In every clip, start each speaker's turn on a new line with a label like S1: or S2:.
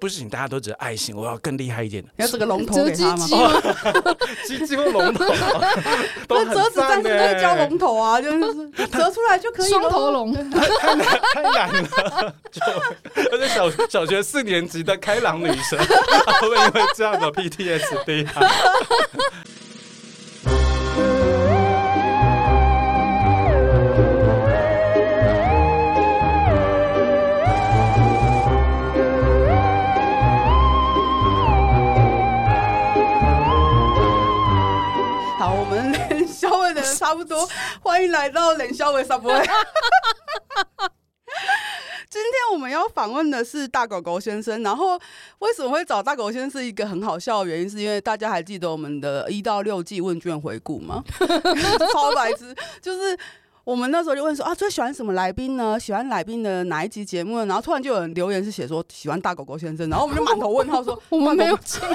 S1: 不行，大家都只是爱心，我要更厉害一点。
S2: 要这个龙头
S3: 嗯折
S2: 给
S3: 鸡
S2: 他吗
S3: 鸡？吗？
S1: 鸡鸡或龙 头，哦都
S2: 那
S1: 很
S2: 折纸战
S1: 赞
S2: 士都是教
S1: 欸
S2: 龙头啊， 就是折出来就可以
S3: 双头
S2: 了。
S3: 龙，
S1: 太难太难了，就而且小小学四年级的开朗女生， 她会因为这样的 PTSD 啊。
S2: 好，我们冷笑话的差不多，欢迎来到冷笑话 Subway。今天我们要访问的是大狗狗先生，然后为什么会找大狗先生是一个很好笑的原因，是因为大家还记得我们的一到六季问卷回顾吗？ 超白痴，就是我们那时候就问说啊，最喜欢什么来宾呢？喜欢来宾的哪一集节目呢？然后突然就有人留言是写说喜欢大狗狗先生，然后我们就满头问号说
S3: 我们没有
S2: 见 过，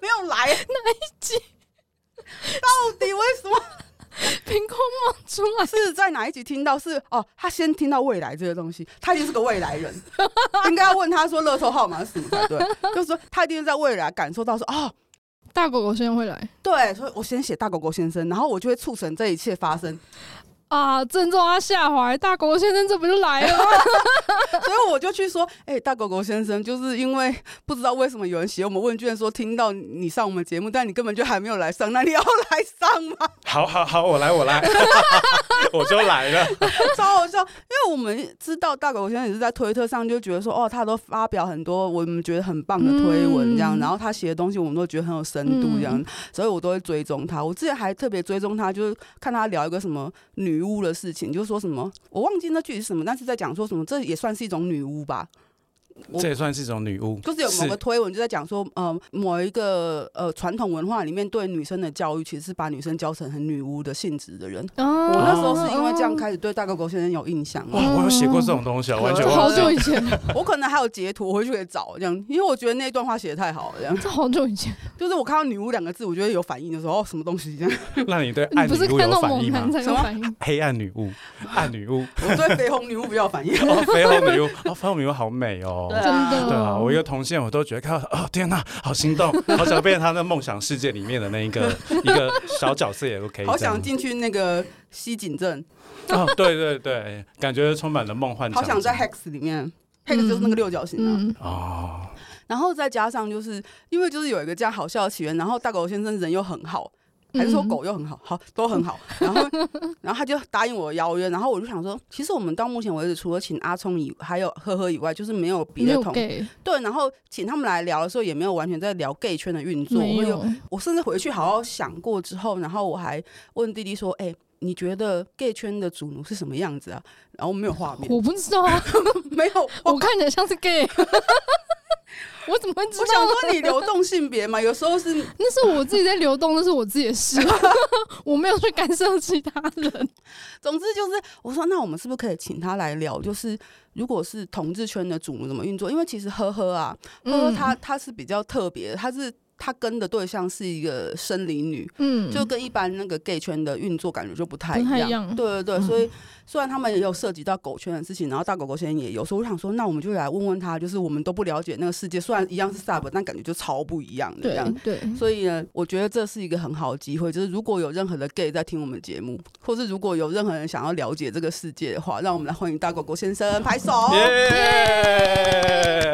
S2: 没有来 哪一
S3: 集？
S2: 到底为什么
S3: 凭空冒出来，
S2: 是在哪一集听到？是哦，他先听到未来这个东西，他已经是个未来人，应该要问他说乐透号码是什么才对，就是说他一定是在未来感受到说哦，
S3: 大狗狗现在会来
S2: 对，所以我先写大狗狗先生，然后我就会促成这一切发生，
S3: 啊！正中他下怀，大狗狗先生这不就来 了吗？
S2: 所以我就去说，哎、大狗狗先生，就是因为不知道为什么有人写我们问卷说听到你上我们节目，但你根本就还没有来上，那你要来上吗？
S1: 好好好，我来我来， 我就来了。
S2: 超好笑，因为我们知道大狗狗先生也是在推特上就觉得说，哦，他都发表很多我们觉得很棒的推文这样，
S3: 嗯
S2: 然后他写的东西我们都觉得很有深度这样，
S3: 嗯
S2: 所以我都会追踪他。我之前还特别追踪他，就是看他聊一个什么女巫的事情，就是说什么我忘记那具体是什么，但是在讲说什么，这也算是一种女巫吧。我
S1: 这也算是一种女巫，
S2: 就是有某个推文就在讲说，呃，某一个呃传统文化里面对女生的教育，其实是把女生教成很女巫的性质的人。
S3: 啊
S2: 我那时候是因为这
S3: 哦
S2: 样开始对大狗狗先生有印象、啊
S1: 哇，我有写过这种东西，
S2: 嗯
S1: 啊，完全
S3: 这
S1: 忘
S3: 好
S1: 记
S3: 久以前，
S2: 我可能还有截图，我回去给找这样，因为我觉得那段话写的太好了， 这样
S3: 这好久 以前，
S2: 就是我看到“女巫”两个字，我觉得有反应的时候，哦，什么东西 这样，
S1: 了。那你对
S3: 你
S1: 暗
S3: 不是
S1: 女巫
S3: 看
S1: 有
S3: 到
S1: 反
S3: 猛
S1: 应吗
S3: 男？才有
S2: 什么
S3: 反应？
S1: 黑暗女巫，暗女巫，
S2: 我对绯红女巫比较有反应。
S1: 哦， 绯红女巫，哦，绯红女巫好美哦。
S2: 对啊
S3: 真的，
S1: 对啊，我一个同性，我都觉得看到，哦，天哪，好心 动，好想变成他那梦想世界里面的那一个一个小角色也 OK。
S2: 好想进去那个西景镇，
S1: 哦，对对对，感觉充满了梦幻。
S2: 好想在 Hex 里面，Hex 就是那个六角形啊。
S3: 嗯，
S1: 哦，
S2: 然后再加上就是因为就是有一个这样好笑的起源，然后大狗先生人又很好，还是说
S3: 嗯
S2: 狗又很好，好都很好。然后， 然后他就答应我的邀约，然后我就想说，其实我们到目前为止，除了请阿聪以还有呵呵以外，就是没有别
S3: 没
S2: 的
S3: 有
S2: 同
S3: gay，
S2: 对，然后请他们来聊的时候，也没有完全在聊 gay 圈的运作。
S3: 没
S2: 我
S3: 有
S2: 有，，我甚至回去好好想过之后，然后我还问弟弟说：“哎、你觉得 gay 圈的主奴是什么样子啊？”然后没有画面，
S3: 我不知 道啊，
S2: 没有。我
S3: 我看起来像是 gay，我怎么会知
S2: 我
S3: 道
S2: 想
S3: 呢？
S2: 说，你流动性别嘛，有时候是
S3: 那是我自己在流动，那是我自己的 事， 我没有去干涉其他人。
S2: 总之就是，我说那我们是不是可以请他来聊？就是如果是同志圈的主奴怎么运作？因为其实呵呵啊，呵呵
S3: 嗯
S2: 他他是比较特别的，他是他跟的对象是一个生理女，
S3: 嗯，
S2: 就跟一般那个 gay 圈的运作感觉就不太
S3: 不太
S2: 一
S3: 一样嗯
S2: 对对对，所以虽然他们也有涉及到狗圈的事情，然后大狗狗先生也有，所以我想说，那我们就来问问他，就是我们都不了解那个世界，虽然一样是 sub，但感觉就超不一样的这
S3: 对
S2: 样。
S3: 对，
S2: 所以呢，我觉得这是一个很好的机会，就是如果有任何的 gay 在听我们节目，或是如果有任何人想要了解这个世界的话，让我们来欢迎大狗狗先生，拍手，
S1: 耶！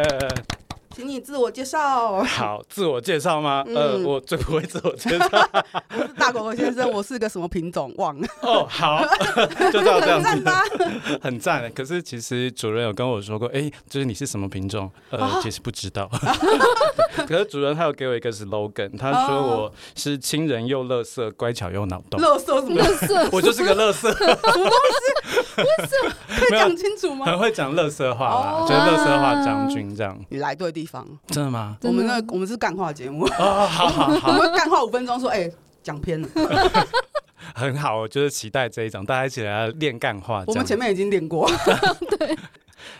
S2: 请你自我介绍。
S1: 好，自我介绍吗？
S2: 嗯
S1: 呃，我最不会自我介绍。
S2: 我是大狗狗先生，我是个什么品种？忘了，
S1: 哦，好， 就哦照这样
S2: 赞吧
S1: 子，。很赞。可是其实主任有跟我说过，哎、就是你是什么品种？
S2: 啊
S1: 呃，其实不知道。 可是主任他有给我一个 slogan，他说我是亲人又乐色，乖巧又脑 洞。
S2: 哦乐色什么？
S3: 乐色，
S1: 我就是个乐色，
S2: 可以
S1: 没有
S2: 讲清楚吗？
S1: 很会讲乐色话啦，
S2: 哦
S1: 就是乐色话将军这样。
S2: 你来对地方。
S1: 真的 吗？
S2: 我们
S3: 真
S2: 那
S3: 的
S2: 个我们是干话节目，
S1: 哦，好好
S2: 我
S1: 好，
S2: 们干话五分钟说，哎、讲 偏了。
S1: 很好，我就是期待这一场，大家一起来练干话。
S2: 我们前面已经练过，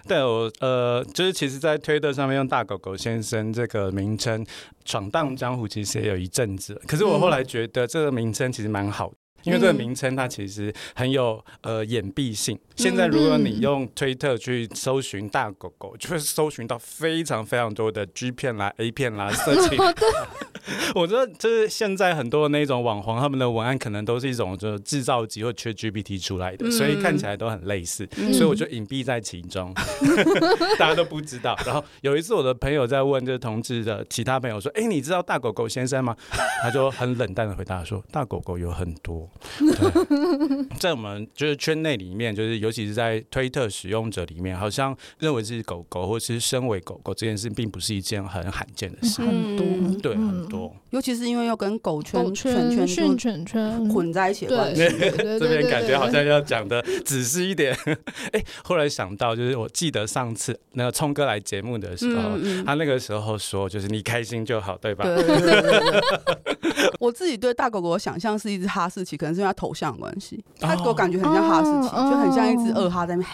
S1: 对我呃，就是其实，在推特上面用“大狗狗先生”这个名称闯荡江湖，其实也有一阵子了。可是我后来觉得这个名称其实蛮好的因为这个名称它其实很有呃隐蔽性。现在如果你用推特去搜寻大狗狗，就会搜寻到非常非常多的 G 片啦、A 片啦、色 情。我觉得就是现在很多那种网红，他们的文案可能都是一种就是制造机或缺 GPT 出来的，所以看起来都很类似，
S2: 嗯
S1: 所以我就隐蔽在其 中， 大家都不知道。然后有一次我的朋友在问就是同志的其他朋友说：“哎、你知道大狗狗先生吗？” 他就很冷淡的回答说：“大狗狗有很多。” 在我们就是圈内里面，就是尤其是在推特使用者里面，好像认为是狗狗或是身为狗狗这件事，并不是一件很罕见的事。
S3: 很
S2: 嗯
S3: 多，
S1: 对，
S3: 嗯
S1: 很多。
S2: 尤其是因为要跟狗圈、
S3: 狗
S2: 犬
S3: 圈、训
S2: 圈
S3: 犬圈
S2: 都，混在一起的关
S3: 对，
S2: 系。
S3: 对 对
S1: 这边感觉好。
S3: 对
S1: 像
S3: 对对
S1: 要讲的仔细一点。 哎、后来想到，就是我记得上次那个聪哥来节目的 时候，
S2: 嗯嗯
S1: 他那个时候说，就是你开心就好，哦对吧？
S2: 对对对对对 我自己对大狗狗的想象是一只哈士奇，可能是因为它头像的关系，
S1: 哦
S2: 它给我感觉很像哈士奇，
S3: 哦
S2: 就很像一只二哈在那边。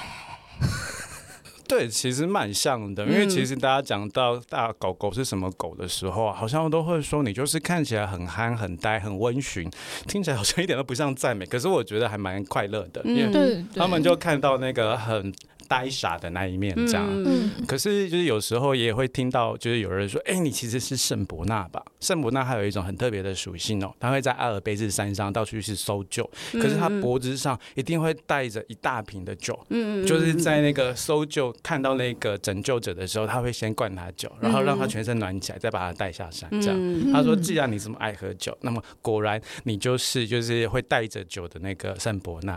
S1: 对，其实蛮像的，因为其实大家讲到大狗狗是什么狗的时候啊，好像都会说你就是看起来很憨、很呆、很温驯，听起来好像一点都不像赞美，可是我觉得还蛮快乐的，因为
S2: 嗯
S3: 对对，
S1: 他们就看到那个很呆傻的那一面，这样。
S2: 嗯，
S3: 嗯，
S1: 可是，就是有时候也会听到，就是有人说：“哎、你其实是圣伯纳吧？”圣伯纳还有一种很特别的属性哦，他会在阿尔卑斯山上到处去搜救，可是他脖子上一定会带着一大瓶的酒，
S2: 嗯，嗯
S1: 就是在那个搜救看到那个拯救者的时候，他会先灌他酒，然后让他全身暖起来，再把他带下山。这样，
S2: 嗯
S1: 他说：“既然你这么爱喝酒，那么果然你就是就是会带着酒的那个圣伯纳。”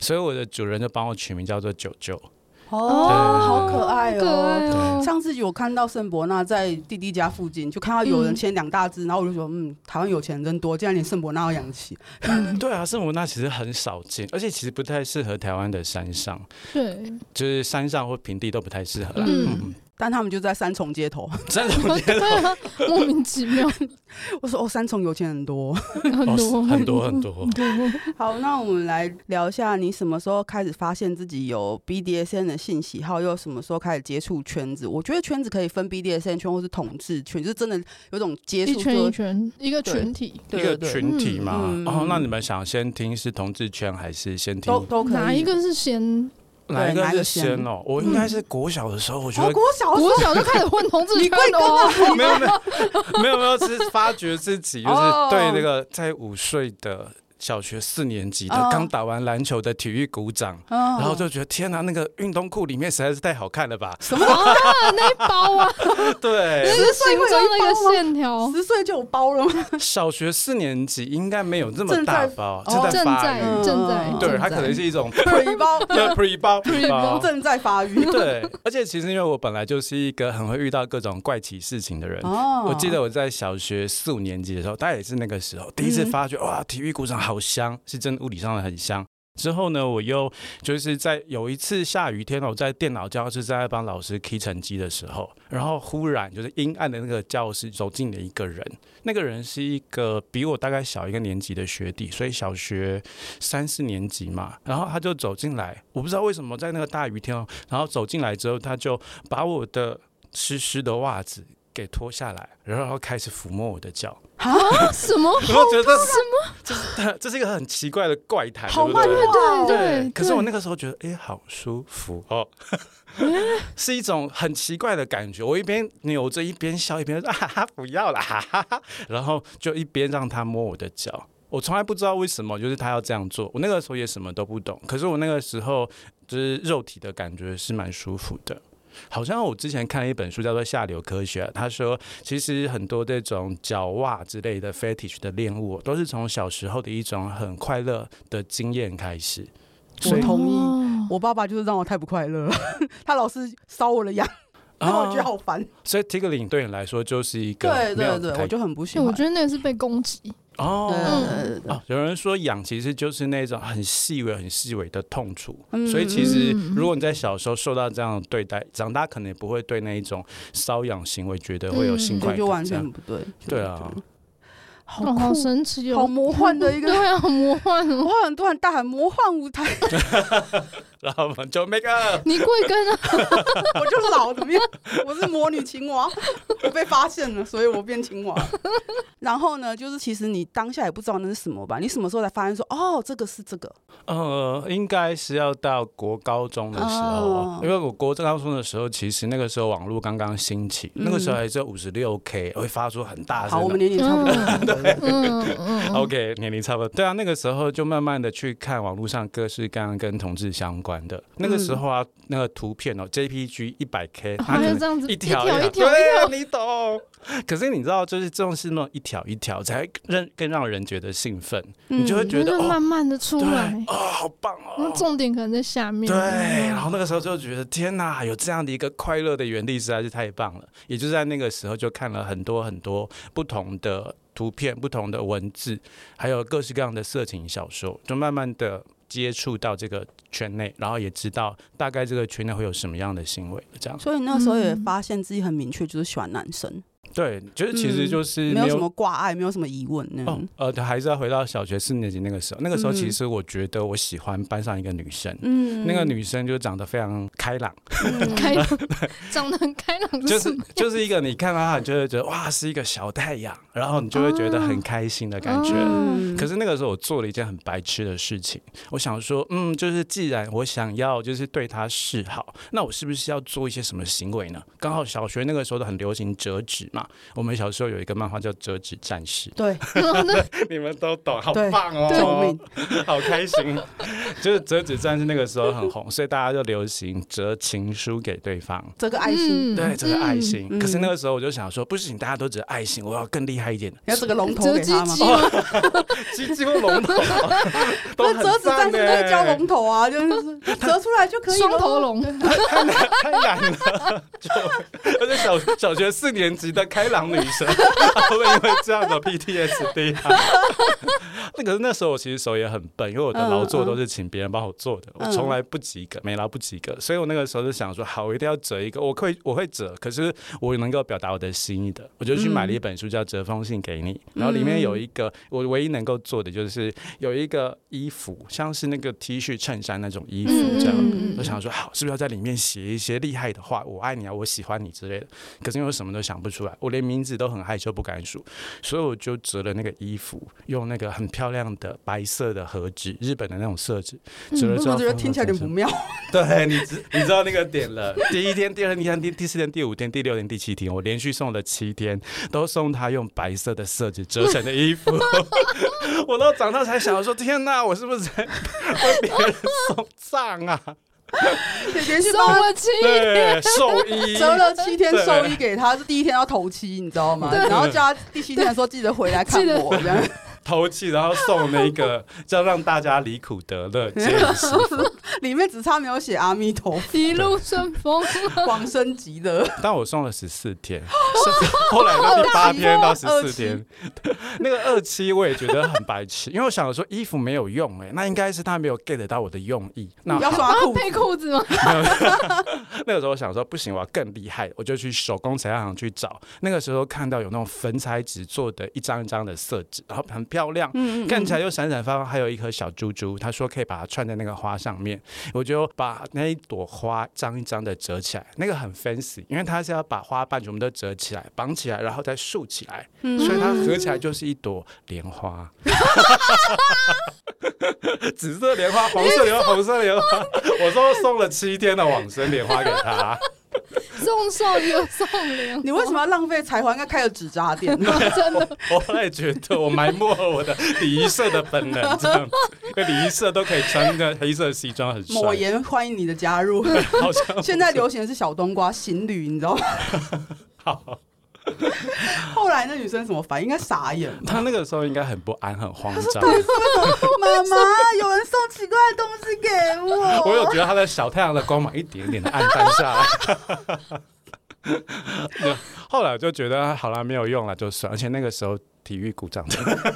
S1: 所以我的主人就帮我取名叫做九九。
S2: 哦，好可爱
S3: 可爱
S1: 哎
S2: 哦。
S3: 哦，
S2: 上次有看到圣伯纳在弟弟家附近，就看到
S3: 嗯
S2: 有人牵两大只，然后我就说，嗯，台湾有钱人真多，竟然连圣伯纳都养得起。
S1: 对啊，圣伯纳其实很少见，而且其实不太适合台湾的山上，
S3: 对，
S1: 就是山上或平地都不太适合啦。
S3: 嗯
S1: 嗯，
S2: 但他们就在三重街头，
S1: 真的，我觉得
S3: 对啊， 莫名其妙
S2: 我说哦，三重有钱人多。
S3: 很多
S1: 哦很多很多。
S2: 好，那我们来聊一下，你什么时候开始发现自己有 BDSN 的性喜好，又什么时候开始接触圈子？我觉得圈子可以分 BDSN 圈或是统治圈，就是真的有种接
S3: 一
S2: 触
S3: 圈一
S2: 说，
S3: 圈，一个群体，
S1: 一
S2: 对对
S1: 个
S2: 对，
S1: 群体嘛，
S2: 嗯嗯
S1: 哦，那你们想先听是同志圈还是先听
S2: 都都可以。
S3: 哪一个是先？
S1: 哪一
S2: 对
S1: 个
S2: 哪一
S1: 是
S2: 个先嗯
S1: 先哦？我应该是国小的时候，我觉
S2: 哦，
S1: 得
S2: 国小
S3: 我小就开始混同志
S2: 你
S3: 圈
S2: 贵
S3: 了
S2: 庚
S3: 哦，
S2: 啊？
S1: 没有没有 没有没有，是发觉自 己就是
S2: 哦
S1: 对那个在五岁的小学四年级的
S2: 哦
S1: 刚打完篮球的体育鼓掌，
S2: 然
S1: 然后就觉得天哪，那个运动裤里面实在是太好看了
S2: ？
S1: 吧
S2: 什么？
S3: 啊，那一 包啊，
S2: 嗯
S1: 对，
S3: 那个形状那个线条，
S2: 十岁就有包 了吗？
S1: 小学四年级应该没有这么
S2: 正
S1: 大
S2: 在
S1: 包，
S2: 哦
S1: 正在
S3: 正
S1: 发
S3: 在
S1: 育，
S3: 正在，
S2: 嗯
S1: 对，
S3: 正
S1: 它可能
S3: 在
S1: 是一种
S2: 腿包
S1: 对 pre 包
S3: pre 包
S2: 正在发育。
S1: 对，而且其实因为我本来就是一个很会遇到各种怪奇事情的人。
S2: 哦
S1: 我记得我在小学四五年级的时候，大概也是那个时候，第一次发觉、哇，体育鼓掌好香，是真的物理上的很香。之后呢，我又就是在有一次下雨天，我在电脑教室在帮老师 key 成绩的时候，然后忽然就是阴暗的那个教室走进了一个人，那个人是一个比我大概小一个年级的学弟，所以小学三四年级嘛，然后他就走进来，我不知道为什么在那个大雨天哦，然后走进来之后，他就把我的湿湿的袜子给脱下来，然后开始抚摸我的脚，
S3: 啊什么？
S1: 然后觉得什么？这是这是 一个很奇怪的怪谈，
S2: 好
S1: 对不
S2: 慢
S1: 对？
S2: 哦，
S3: 对
S1: 对，可是我那个时候觉得，哎、好舒服哦， 是一种很奇怪的感觉。我一边扭着一边笑，一边说啊哈哈不要啦，哈哈哈，然后就一边让他摸我的脚。我从来不知道为什么，就是他要这样做。我那个时候也什么都不懂，可是我那个时候就是肉体的感觉是蛮舒服的。好像我之前看了一本书，叫做《下流科学》，他说其实很多这种脚袜之类的 fetish 的恋物，都是从小时候的一种很快乐的经验开始。
S2: 我
S1: 所以
S2: 同意。
S3: 哦
S2: 我爸爸就是让我太不快乐了， 他老是搔我的痒，然后我觉得
S1: 啊
S2: 好烦。
S1: 所以 tickling 对你来说就是一个
S2: 对
S1: 没有
S2: 对对，
S1: 太
S2: 我就很不喜
S3: 对，我
S2: 欢。
S3: 觉得那个是被攻击，
S1: 哦。
S2: 对对对对
S1: 哦，有人说痒其实就是那种很细微、很细微的痛楚，
S2: 嗯
S1: 所以其实如果你在小时候受到这样的对待，长大可能也不会对那一种瘙痒行为觉得会有性
S3: 嗯
S1: 啊快
S2: 这
S1: 感。
S2: 就完
S1: 这样
S2: 全不对。
S1: 对啊，
S2: 好
S3: 哦，好
S2: 酷，
S3: 神奇
S2: 好
S3: 哦，
S2: 魔幻的一个
S3: 对。啊，好魔幻
S2: 我
S3: 哦，
S2: 好像突然大喊魔幻舞台，
S1: 然后我们就 make up。
S3: 你贵庚 啊？
S2: 我就老怎么样？我是魔女青蛙， 我被发现了，所以我变青蛙。然后呢，就是其实你当下也不知道那是什么吧？你什么时候才发现说哦，这个是这个？
S1: 呃，应该是要到国高中的时候，
S2: 哦
S1: 因为我国高中的时候，其实那个时候网络刚刚兴起，那个时候还只有五十六 K，会发出很大
S2: 嗯好，我
S1: 声
S2: 们
S1: 啊的。
S2: 年龄差不 多。
S3: 嗯嗯，
S1: OK，年龄差不多。对啊，那个时候就慢慢的去看网络上各式各样跟同志相关的。那个时候啊，那个图片哦，JPG 一百 K，它可
S3: 还
S1: 能
S3: 有哦这样子
S1: 一条
S3: 条
S1: 一条，
S3: 一条一条，
S1: 对，你懂。可是你知道，就是这种是那种一条一条，才会让更让人觉得兴奋，你就会觉得
S3: 那
S1: 哦
S3: 慢慢的出
S1: 对
S3: 来，
S1: 哦，好棒
S3: 那
S1: 哦。
S3: 重点可能在下面。嗯
S1: 对，然后那个时候就觉得天哪，有这样的一个快乐的原力实在是太棒了。也就在那个时候，就看了很多很多不同的图片、不同的文字，还有各式各样的色情小说，就慢慢的接触到这个圈内，然后也知道大概这个圈内会有什么样的行为，这样。
S2: 所以那时候也
S3: 嗯
S2: 发现自己很明确，就是喜欢男生，
S1: 对，就是其实就是
S2: 没有什么挂碍，没有什么疑问那
S1: 哦
S2: 种。，
S1: 呃，还是要回到小学四年级那个时候。那个时候其
S2: 嗯
S1: 实我觉得我喜欢班上一个女生，
S2: 嗯
S1: 那个女生就长得非常开朗，
S3: 开 朗，嗯长得很开朗，
S1: 就是是就是一个你看到她，你就会觉得哇是一个小太阳，然后你就会觉得很开心的感觉。
S3: 嗯
S1: 可是那个时候我做了一件很白痴的事情，我想说，嗯，就是既然我想要就是对她示好，那我是不是要做一些什么行为呢？刚好小学那个时候都很流行折纸嘛，我们小时候有一个漫画叫《折纸战士》，
S2: 对，
S1: 你们都懂，好
S2: 对
S1: 棒哦，
S2: 救命！
S1: 好开心，就是折纸战士那个时候很红，所以大家就流行折情书给对方。
S2: 这个爱
S3: 嗯
S2: 心，
S1: 对，折个爱心。
S2: 嗯
S1: 可是那个时候我就想说，不行，大家都折爱心，我要更厉害一点，
S2: 要这个龙头
S3: 嗯折
S2: 给
S3: 鸡
S2: 他吗？
S3: 鸡
S2: 哦
S3: 吗？
S1: 鸡鸡或龙头都
S2: 那
S1: 很
S2: 折纸
S1: 赞
S2: 战士都会
S1: 欸
S2: 交龙头 啊，就是折出来就可以
S3: 双头
S2: 了。
S3: 龙，
S1: 太难太难了，就 而且小小学四年级的开朗女生，她会因为这样 的 PTSD 啊。那可是那时候我其实手也很笨，因为我的劳作都是请别人帮我做的，
S2: 嗯
S1: 我从来不及格，没劳不及格，所以我那个时候就想说，好，我一定要折一个，我会我会折，可是我能够表达我的心意的，我就去买了一本书叫《折封信给
S3: 嗯
S1: 你》，然后里面有一个我唯一能够做的就是有一个衣服，像是那个 T 恤、衬衫那种衣服这样，
S3: 嗯嗯嗯
S1: 我想说好，是不是要在里面写一些厉害的话，我爱你啊，我喜欢你之类的？可是因为我什么都想不出来，我连名字都很害羞不敢数，所以我就折了那个衣服，用那个很漂亮的白色的和纸，日本的那种色纸，折了
S2: 我
S1: 之后放到
S2: 怎么觉得
S1: 桌
S2: 听起来有嗯点不
S1: 上
S2: 妙？
S1: 对你知你知道那个点了。第一天、第二天、第第四天、第五天、第六天、第七天，我连续送了七天，都送他用白色的色纸折成的衣服。 我到长大才想说，天哪，我是不是在为别人送葬啊？
S2: 连续
S3: 送
S2: 帮
S3: 了亲，
S1: 对，寿衣
S2: 折了七天
S1: 对
S2: 寿衣给他，是第一天要头七，你知道吗？然后叫他第七天的时候记得回来看
S3: 记得
S2: 我，这样
S1: 头气，然后送那 个，要让大家离苦得乐， 接着 是
S2: 里面只差没有写阿弥陀 佛
S3: 一路顺风。
S2: 往生极乐。
S1: 但我送了十四 天，甚至后来到第八天到十四天，那个哦二期我也觉得很白痴，因为我想说衣服没有用哎、那应该是他没有 get 到我的用意。那
S2: 要
S1: 好
S2: 刷
S3: 啊
S2: 裤，
S3: 配裤子吗？
S1: 那个时候我想说不行，我要更厉害，我就去手工裁量行去找。那个时候看到有那种粉彩纸做的一张一张的色纸，然后很漂亮，
S2: 嗯
S1: 看起来又闪闪发光，还有一颗小珠珠。他说可以把它串在那个花上面，我就把那一朵花一张一张的折起来，那个很 fancy，因为它是要把花瓣全部都折起来、绑起来，然后再竖起来，
S2: 嗯
S1: 所以它合起来就是一朵莲花。 紫色莲花、黄色莲花、红色莲花，我说送了七天的往生莲花给他，
S3: 送寿又送莲，
S2: 你为什么要浪费才华？应该开个纸扎店。
S3: 真的
S1: 我后来觉得我埋没了我的礼仪社的本能，这样子，因为礼仪社都可以穿那个黑色西装，很帅
S2: 抹，盐欢迎你的加入。
S1: 好像不
S2: 现在流行的是小冬瓜行旅，你知 道吗？
S1: 好。
S2: 后来那女生什么反应？应该傻眼。
S1: 他那个时候应该很不安、很慌张。
S2: 妈妈，有人送奇怪的东西给
S1: 我有
S2: 我。
S1: 觉得他 的小太阳的光芒一点点的暗淡下来。后来我就觉得好啦，没有用了，就算。而且那个时候体育股长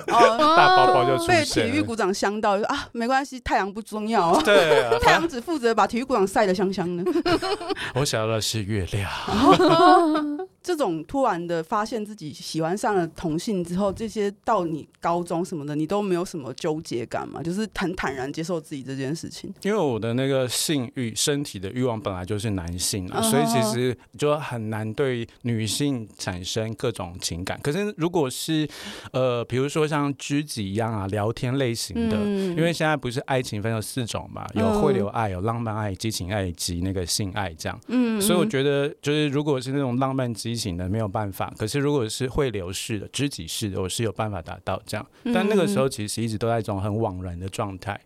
S2: 哦，
S1: 大包包就出
S2: 被体
S1: 现
S2: 育
S1: 了。
S2: 股长香到就啊，没关系，太阳不重要啊。
S1: 对啊，
S2: 太
S1: 反
S2: 阳只负责把体育股长晒得香香的。
S1: 我想要的是月亮。
S2: 这种突然的发现自己喜欢上了同性之后，这些到你高中什么的，你都没有什么纠结感嘛？就是很坦然接受自己这件事情。
S1: 因为我的那个性欲、身体的欲望本来就是男性啊，
S2: 嗯
S1: 所以其实就很难对女性产生各种情感。可是如果是呃，比如说像知己一样啊，聊天类型的。
S2: 嗯
S1: 因为现在不是爱情分有四种嘛，有
S2: 嗯
S1: 会流爱、有浪漫爱、激情爱以及那个性爱这样，
S2: 嗯
S1: 所以我觉得就是如果是那种浪漫激情的没有办法，可是如果是会流式的、知己式的，我是有办法达到这样。
S2: 嗯
S1: 但那个时候其实一直都在一种很惘然的状态。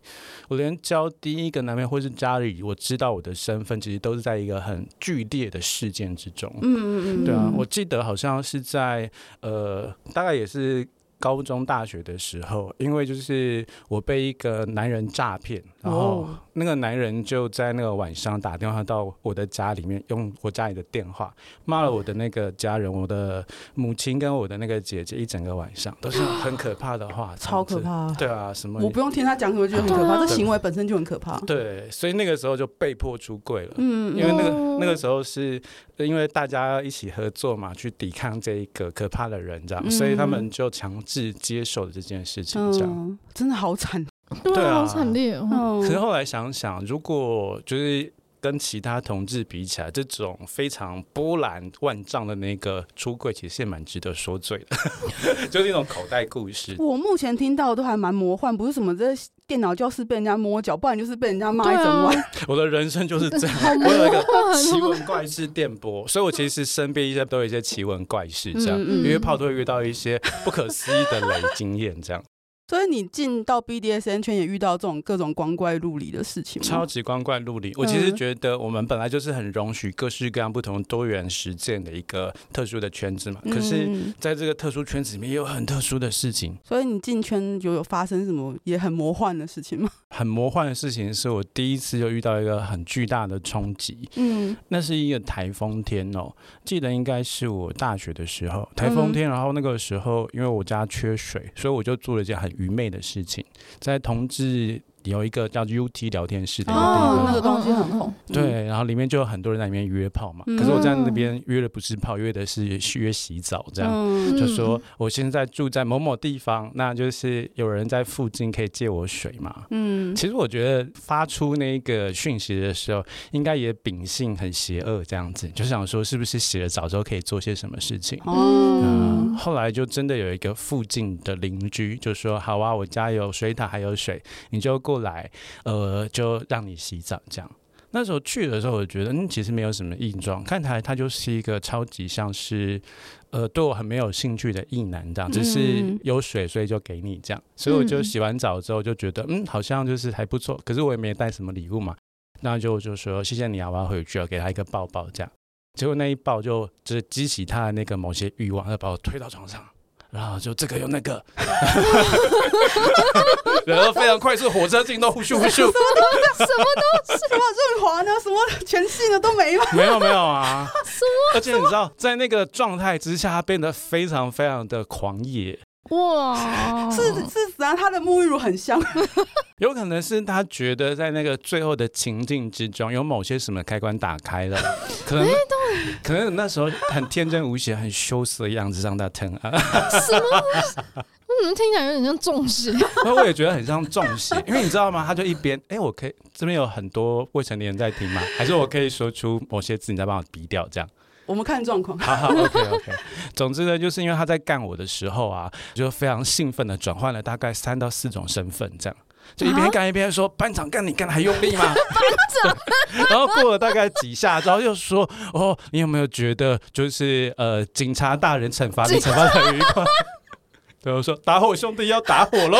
S1: 我连交第一个男朋友或是家里，我知道我的身份，其实都是在一个很剧烈的事件之中。
S2: 嗯嗯
S1: 对啊
S3: 嗯，
S1: 我记得好像是在呃，大概也是高中、大学的时候，因为就是我被一个男人诈骗，然后
S2: 哦
S1: 那个男人就在那个晚上打电话到我的家里面，用我家里的电话骂了我的那个家人，我的母亲跟我的那个姐姐一整个晚上都是很可怕的话，
S2: 超可。怕。
S1: 对啊，什么
S2: 我不用听他讲什么，觉得很可怕。
S3: 对啊
S2: 这行为本身就很可怕。
S1: 对，所以那个时候就被迫出柜了。
S2: 嗯
S1: 因为那个
S3: 哦
S1: 那个时候是呃因为大家一起合作嘛，去抵抗这一个可怕的人，这样，
S2: 嗯
S1: 所以他们就强制接受了这件事情，这样。
S2: 嗯，真的好惨。
S3: 对
S1: 对
S3: 啊，
S1: 啊
S3: 好惨烈哦。
S2: 嗯
S1: 可是后来想想，如果就是跟其他同志比起来，这种非常波澜万丈的那个出柜，其实也蛮值得说罪的， 就是一种口袋故事。
S2: 我目前听到的都还蛮魔幻，不是什么在电脑教室被人家摸脚，不然就是被人家骂一整晚。
S1: 我的人生就是 这样，我有一个奇闻怪事电波，所以我其实身边一些都有一些奇闻怪事这样。
S2: 嗯
S1: 因为炮都会遇到一些不可思议的雷经验，这样
S2: 所以你进到 BDSN 圈也遇到这种各种光怪陆离的事情吗？
S1: 超级光怪陆离。我其
S2: 嗯
S1: 实觉得我们本来就是很容许各式各样不同多元实践的一个特殊的圈子嘛，可是。
S2: 嗯
S1: 在这个特殊圈子里面，也有很特殊的事情，
S2: 所以你进圈有有发生什么也很魔幻的事情吗？
S1: 很魔幻的事情。是我第一次就遇到一个很巨大的冲击，
S2: 嗯，
S1: 那是一个台风天哦，记得应该是我大学的时候，台风天。然后那个时候，因为我家缺水，所以我就做了一件很愚昧的事情，在同志有一个叫 UT 聊天室的一个地
S2: 哦
S1: 方。，
S2: 那个东西很红。
S1: 对，然后里面就有很多人在里面约炮嘛，
S2: 嗯
S1: 可是我在那边约的不是炮，约的是约洗澡这样。
S2: 嗯，
S1: 就说我现在住在某某地方，那就是有人在附近可以借我水嘛。
S2: 嗯，
S1: 其实我觉得发出那个讯息的时候，应该也秉性很邪恶这样子，就想说是不是洗了澡之后可以做些什么事情。
S2: 哦
S1: 嗯，
S3: 嗯，
S1: 后来就真的有一个附近的邻居就说：“好啊，我家有水塔还有水，你就过来，呃，就让你洗澡这样。”那时候去的时候，我觉得嗯，其实没有什么异状，看起来他就是一个超级像是，呃，对我很没有兴趣的异男这样，只是
S2: 嗯
S1: 有水所以就给你这样，所以我就
S3: 嗯
S1: 洗完澡之后就觉得嗯，好像就是还不错，可是我也没带什么礼物嘛，那就就说谢谢你啊，我要回去了，给他一个抱抱这样。结果那一抱就就是激起他的那个某些欲望，他把我推到床上，然后就这个又那 个，然后非常快速火车进都呼咻呼咻，
S3: 什么
S2: 什么润滑呢？什么全系呢都没吗？
S1: 没有没有啊，
S3: 什么
S1: 而且你知道，在那个状态之下，他变得非常非常的狂野，
S3: 哇？
S1: 哦
S2: 是是，然后他的沐浴乳很香。
S1: 有可能是他觉得在那个最后的情境之中，有某些什么开关打开了，可
S3: 哎
S1: 能可能那时候很天真无邪、很羞涩的样子让他疼啊爱。
S3: 什么？我怎么听起来有点像中 邪？
S1: 那我也觉得很像中邪，因为你知道吗？他就一边，哎、我可以这边有很多未成年人在听吗？还是我可以说出某些字，你再帮我逼掉，这样？
S2: 我们看状况。
S1: 好好，OK OK。总之呢，就是因为他在干我的时候啊，就非常兴奋的转换了大概三到四种身份，这样。就一边干一边说：“班长干你干的还用 力吗？”然后过了大概几下，然后又说：“哦，你有没有觉得就是呃，警察大人惩罚你
S3: 警
S1: 惩罚的愉快？”对，我说打火兄弟要打火 喽，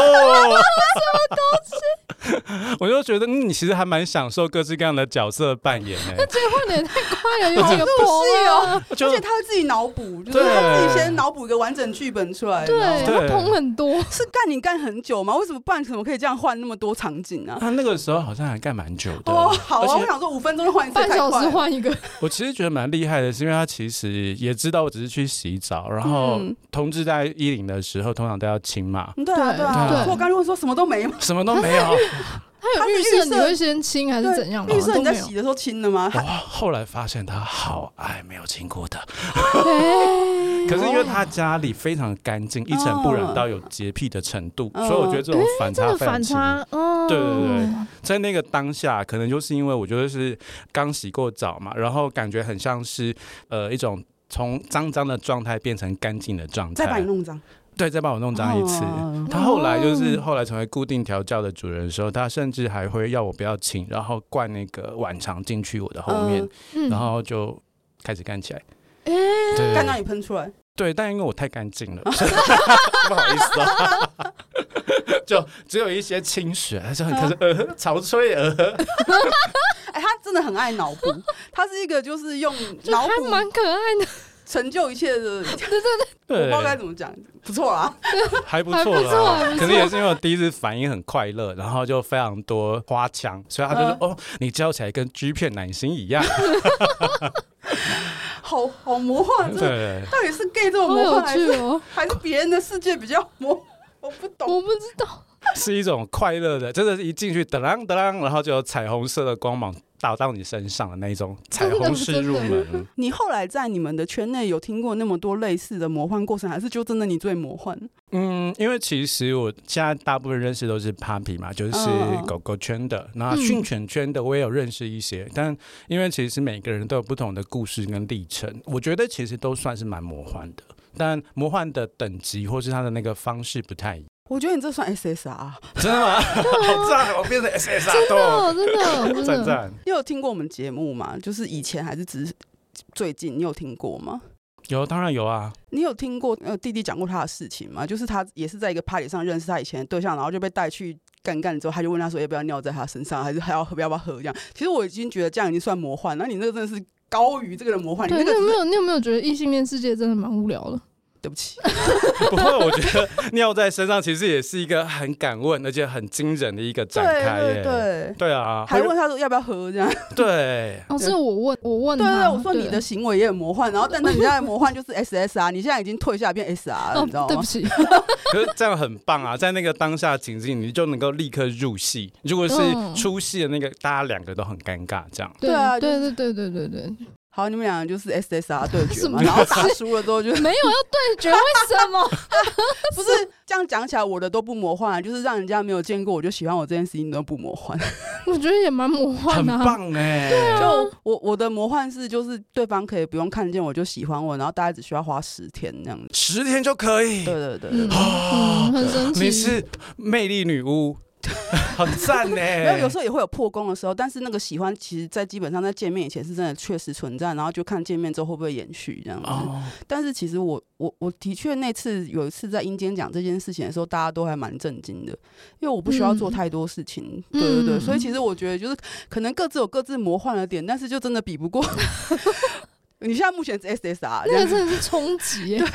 S1: 我就觉得嗯，你其实还蛮享受各式各样的角色扮演欸 诶、
S3: 这换的也太快了，有几个
S2: 入
S3: 婆
S2: 戏
S3: 啊
S2: 哦，
S1: 就
S2: 而且他会自己脑补，就是
S1: 对
S2: 他自己先脑补一个完整剧本出来。
S3: 对，
S1: 哎
S2: 你知道吗
S3: 他捧很多，
S2: 是干你干很久吗？为什么办？怎么可以这样换那么多场景啊？
S1: 他那个时候好像还干蛮久的
S2: 哦，好
S1: 而
S2: 啊，
S1: 且
S2: 我想说五分钟就换一次，
S3: 半
S2: 太
S3: 小
S2: 快
S3: 时
S2: 了。
S3: 换一个，
S1: 我其实觉得蛮厉害的，是因为他其实也知道我只是去洗澡，然后
S2: 嗯
S1: 同志在一零的时候通常都要亲 嘛，
S2: 嗯对啊，
S3: 对
S2: 对啊。
S1: 对
S2: 所以我刚刚问说什么都没吗？
S1: 什么都没有。
S3: 他
S2: 他是
S3: 有预
S2: 预设
S3: 设你会先亲还是怎样吗？啊
S2: 绿色
S3: 都
S2: 你在
S3: 没有
S2: 洗。的时候亲了吗？
S1: 哇！后来发现他好爱没有亲过的，
S2: 嗯
S3: 哎
S1: 可是因为他家里非常干净，一尘不染
S2: 哦
S1: 到有洁癖的程度，
S2: 嗯
S1: 所以我觉得这种反
S3: 这
S1: 差
S3: 个
S1: 非常
S3: 反
S1: 奇
S3: 差，嗯，
S1: 对对对，在那个当下，可能就是因为我觉得是刚洗过澡嘛，然后感觉很像是呃一种从脏脏的状态变成干净的状态，
S2: 再把你弄脏，
S1: 对，再把我弄脏一次。
S3: 嗯
S2: 哦
S1: 他后来就是后来成为固定调教的主人的时候，他甚至还会要我不要亲，然后灌那个碗肠进去我的后面，
S3: 嗯
S1: 然后就开始干起来。
S3: 哎，
S1: 对
S2: 嗯干到你喷出来，
S1: 对，但因为我太干净 了，不好意思啊， 就只有一些清水，他就
S2: 嗯
S1: 很开始呃潮吹呃，
S2: 哎，他真的很爱脑补，他是一个就是用
S3: 就
S2: 脑
S3: 还
S2: 补
S3: 蛮可爱的，
S2: 成就一切的，我 不
S1: 对
S2: 知，道该怎么讲，不错啊，
S1: 还不
S3: 还
S1: 错
S3: 不错
S1: 啦
S3: 还不。错
S1: 可能也是因为我第一次反应很快乐，然后就非常多花腔，所以他就说：“
S2: 嗯
S1: 哦，你教起来跟 G 片男星一 样。
S2: 好好魔”幻，啊真的
S1: 对。
S2: 到底是 gay 这么
S3: 好
S2: 魔
S3: 有
S2: 幻，还
S3: 趣
S2: 是
S3: 哦，
S2: 还是别人的世界比较魔？我不懂，
S3: 我不知道，
S1: 是一种快乐的，真的是一进去，噔啷噔啷，然后就有彩虹色的光芒打到你身上的那一种彩虹式入门。
S2: 你后来在你们的圈内有听过那么多类似的魔幻过程，还是就真的你最魔幻？
S1: 嗯，因为其实我现在大部分认识都是 Papi 嘛，就是
S2: 嗯
S1: 狗狗圈的，那训犬圈的我也有认识一些，但因为其实每个人都有不同的故事跟历程，我觉得其实都算是蛮魔幻的，但魔幻的等级或是它的那个方式不太一样。
S2: 我觉得你这算 SSR。
S1: 真的 吗？好赞哦！我变成 SSR 豆，
S3: 哦，真 的
S1: 赞
S3: 真的，
S1: 赞。
S2: 你有听过我们节目吗？就是以前还是只是最近，你有听过吗？
S1: 有，当然有啊。
S2: 你有听过呃弟弟讲过他的事情吗？就是他也是在一个 party 上认识他以前的对象，然后就被带去干干之后，他就问他说要不要尿在他身上，还是还要喝要不要喝这样。其实我已经觉得这样已经算魔幻，那你那个真的是高于这个的魔幻，你
S3: 对，
S2: 那个
S3: 你有
S2: 只
S3: 没
S2: 是
S3: 有你有没有觉得异性恋世界真的蛮无聊的？
S2: 对不起，
S1: 不过我觉得尿在身上其实也是一个很敢问，而且很惊人的一个 展开耶。
S2: 对对对。
S1: 对啊，
S2: 还
S1: 会
S2: 问他说要不要喝这样，
S1: 对
S3: 哦，是我问我问
S2: 对对对，
S3: 他，
S2: 我说你的行为也很魔幻，然后但是你现在的魔幻就是 SSR，你现在已经退下来变 SR 了，
S3: 哦
S2: 啊你知道，
S3: 对
S2: 吗
S3: 不？ 起，
S1: 可是这样很棒啊！在那个当下情境，你就能够立刻入戏。如果是
S3: 嗯
S1: 出戏的那个，大家两个都很尴尬，这样
S3: 对
S2: 对啊就
S3: 对对对对对 对，
S2: 好，你们两个就是 SSR 对决
S3: 什
S2: 嘛，
S3: 么
S2: 然后打输了之后就
S3: 没有要对决，为什么？
S2: 不是这样讲起来，我的都不魔幻啊，就是让人家没有见过我就喜欢我这件事情都不魔幻。
S3: 我觉得也蛮魔幻
S1: 很
S3: 的啊，
S1: 棒哎、
S2: 就我我的魔幻是就是对方可以不用看见我就喜欢我，然后大家只需要花十天那样子。
S1: 十天就可以
S2: 对。对对
S3: 嗯，
S2: 对。
S3: 嗯很神奇。
S1: 啊你是魅力女巫， 很赞呢、
S2: 没有，有时候也会有破功的时候，但是那个喜欢，其实在基本上在见面以前是真的确实存在，然后就看见面之后会不会延续这样子。
S1: 哦，
S2: 但是其实我我我的确那次有一次在阴间讲这件事情的时候，大家都还蛮震惊的，因为我不需要做太多事情，
S3: 嗯
S2: 对对对，
S3: 嗯
S2: 所以其实我觉得就是可能各自有各自魔幻的点，但是就真的比 不过。你现在目前是 SSR，这
S3: 那
S2: 样
S3: 个真的是冲击 耶，
S2: 就是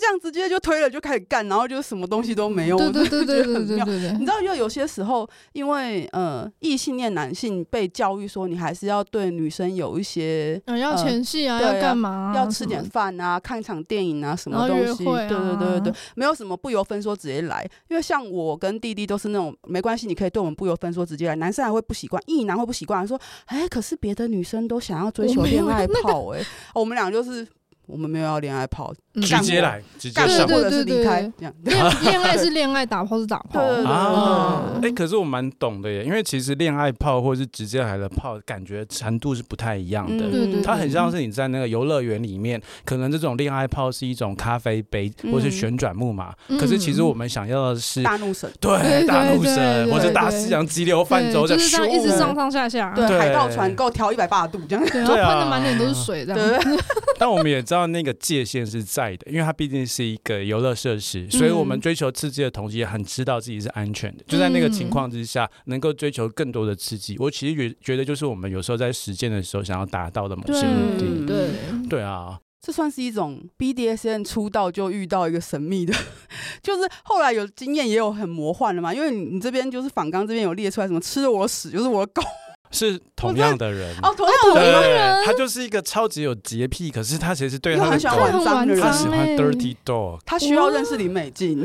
S2: 这样直接就推了就开始干，然后就什么东西都没有，
S3: 对
S2: 我
S3: 对
S2: 真的
S3: 对
S2: 觉
S3: 对
S2: 得
S3: 对
S2: 很
S3: 对
S2: 妙。
S3: 对
S2: 你
S3: 对，
S2: 知道，就有些时候，因为呃，异性恋男性被教育说，你还是要对女生有一些
S3: 嗯，要前戏啊，
S2: 对啊
S3: 要干嘛啊？
S2: 要吃点
S3: 什么
S2: 饭啊，看场电影啊，什么
S3: 然后
S2: 东
S3: 约
S2: 西？
S3: 会啊
S2: 对对对对对，没有什么不由分说直接来，因为像我跟弟弟都是那种没关系，你可以对我们不由分说直接来，男生还会不习惯，异男会不习惯，他说哎，可是别的女生都想要追求
S3: 我没
S2: 恋
S3: 有
S2: 爱
S3: 那个
S2: 炮哎、哦我们俩就是我们没有要恋爱炮，
S3: 嗯
S1: 直接
S2: 干
S1: 来，直接
S2: 干
S1: 上
S2: 我
S3: 对
S2: 或者是离开
S3: 对
S2: 这样。
S3: 恋恋爱是恋爱，打炮是打炮，嗯
S2: 对对对
S1: 啊，
S3: 对
S1: 哎、可是我蛮懂的耶，因为其实恋爱泡或是直接来的泡，感觉程度是不太一样的。
S3: 对对对
S1: 它嗯很像是你在那个游乐园里面，可能这种恋爱泡是一种咖啡杯
S2: 嗯
S1: 或是旋转木马，
S3: 嗯
S1: 可是其实我们想要的是
S2: 大怒神，
S1: 对
S3: 对
S1: 大
S3: 对
S1: 陆
S3: 对
S1: 神
S3: 对
S1: 或者大
S3: 对
S1: 西洋急流泛
S3: 对
S1: 舟
S3: 就是这样一直
S1: 咻
S3: 上上下下，
S2: 对
S1: 对
S2: 海盗船给我调一百八十度这样，
S3: 对，然后
S1: 对啊
S3: 喷的满脸都是水，这样
S2: 对，
S1: 但我们也知道那个界限是在的，因为它毕竟是一个游乐设
S2: 嗯
S1: 施，所以我们追求刺激的同时，也很知道自己是安全的。就在那
S2: 嗯
S1: 个情况之下，能够追求更多的刺激，我其实觉觉得就是我们有时候在实践的时候想要达到的某
S3: 对
S1: 些目的。
S2: 嗯
S3: 对，
S1: 对啊，
S2: 这算是一种 BDSN 出道就遇到一个神秘的， 就是后来有经验也有很魔幻的嘛，因为你你这边就是仿刚这边有列出来什么吃了我的屎就是我的狗
S1: 是同样的人。
S2: 哦，同样
S3: 同
S2: 我
S3: 一
S2: 们
S3: 个
S1: 对
S3: 人
S1: 他就是一个超级有洁癖，可是他其实对
S2: 因
S1: 他
S2: 为
S1: 的
S2: 很喜欢
S1: 狗，
S2: 玩脏的
S3: 他
S1: 他
S2: 人，
S1: 喜欢
S3: 欸
S1: dirty dog。
S2: 他需要认识李美 静，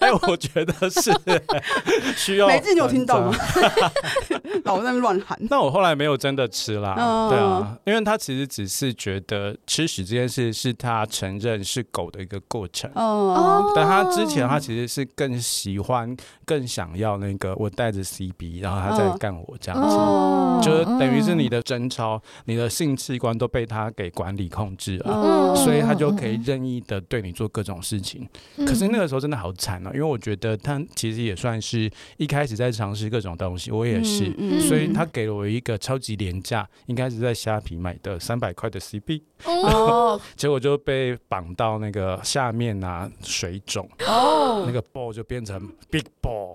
S1: 哎，我觉得 是需要。
S2: 美静你有听到吗？？ 老在那边乱喊，
S1: 那我后来没有真的吃啦，
S2: 嗯
S3: 哦
S1: 对啊，因为他其实只是觉得吃屎这件事是他承认是狗的一个过程。
S2: 哦，
S1: 但他之前，他其实是更喜欢、更想要那个我带着 CB，然后他在
S2: 嗯
S1: 干我这样子，
S3: 哦，
S1: 就是等于是你的贞操、你的性器官都被他给管理控制
S3: 哦
S1: 了，
S2: 嗯，
S1: 啊所以他就可以任意的对你做各种事情。
S3: 嗯。
S1: 可是那个时候真的好惨哦，因为我觉得他其实也算是一开始在尝试各种东西，我也是，
S2: 嗯
S1: 所以他给了我一个超级廉价，应该是在虾皮买的三百块的 CB，
S3: 哦，
S2: 哦
S1: 结果就被绑到那个下面啊水肿，
S2: 哦
S1: 那个 ball 就变成 big ball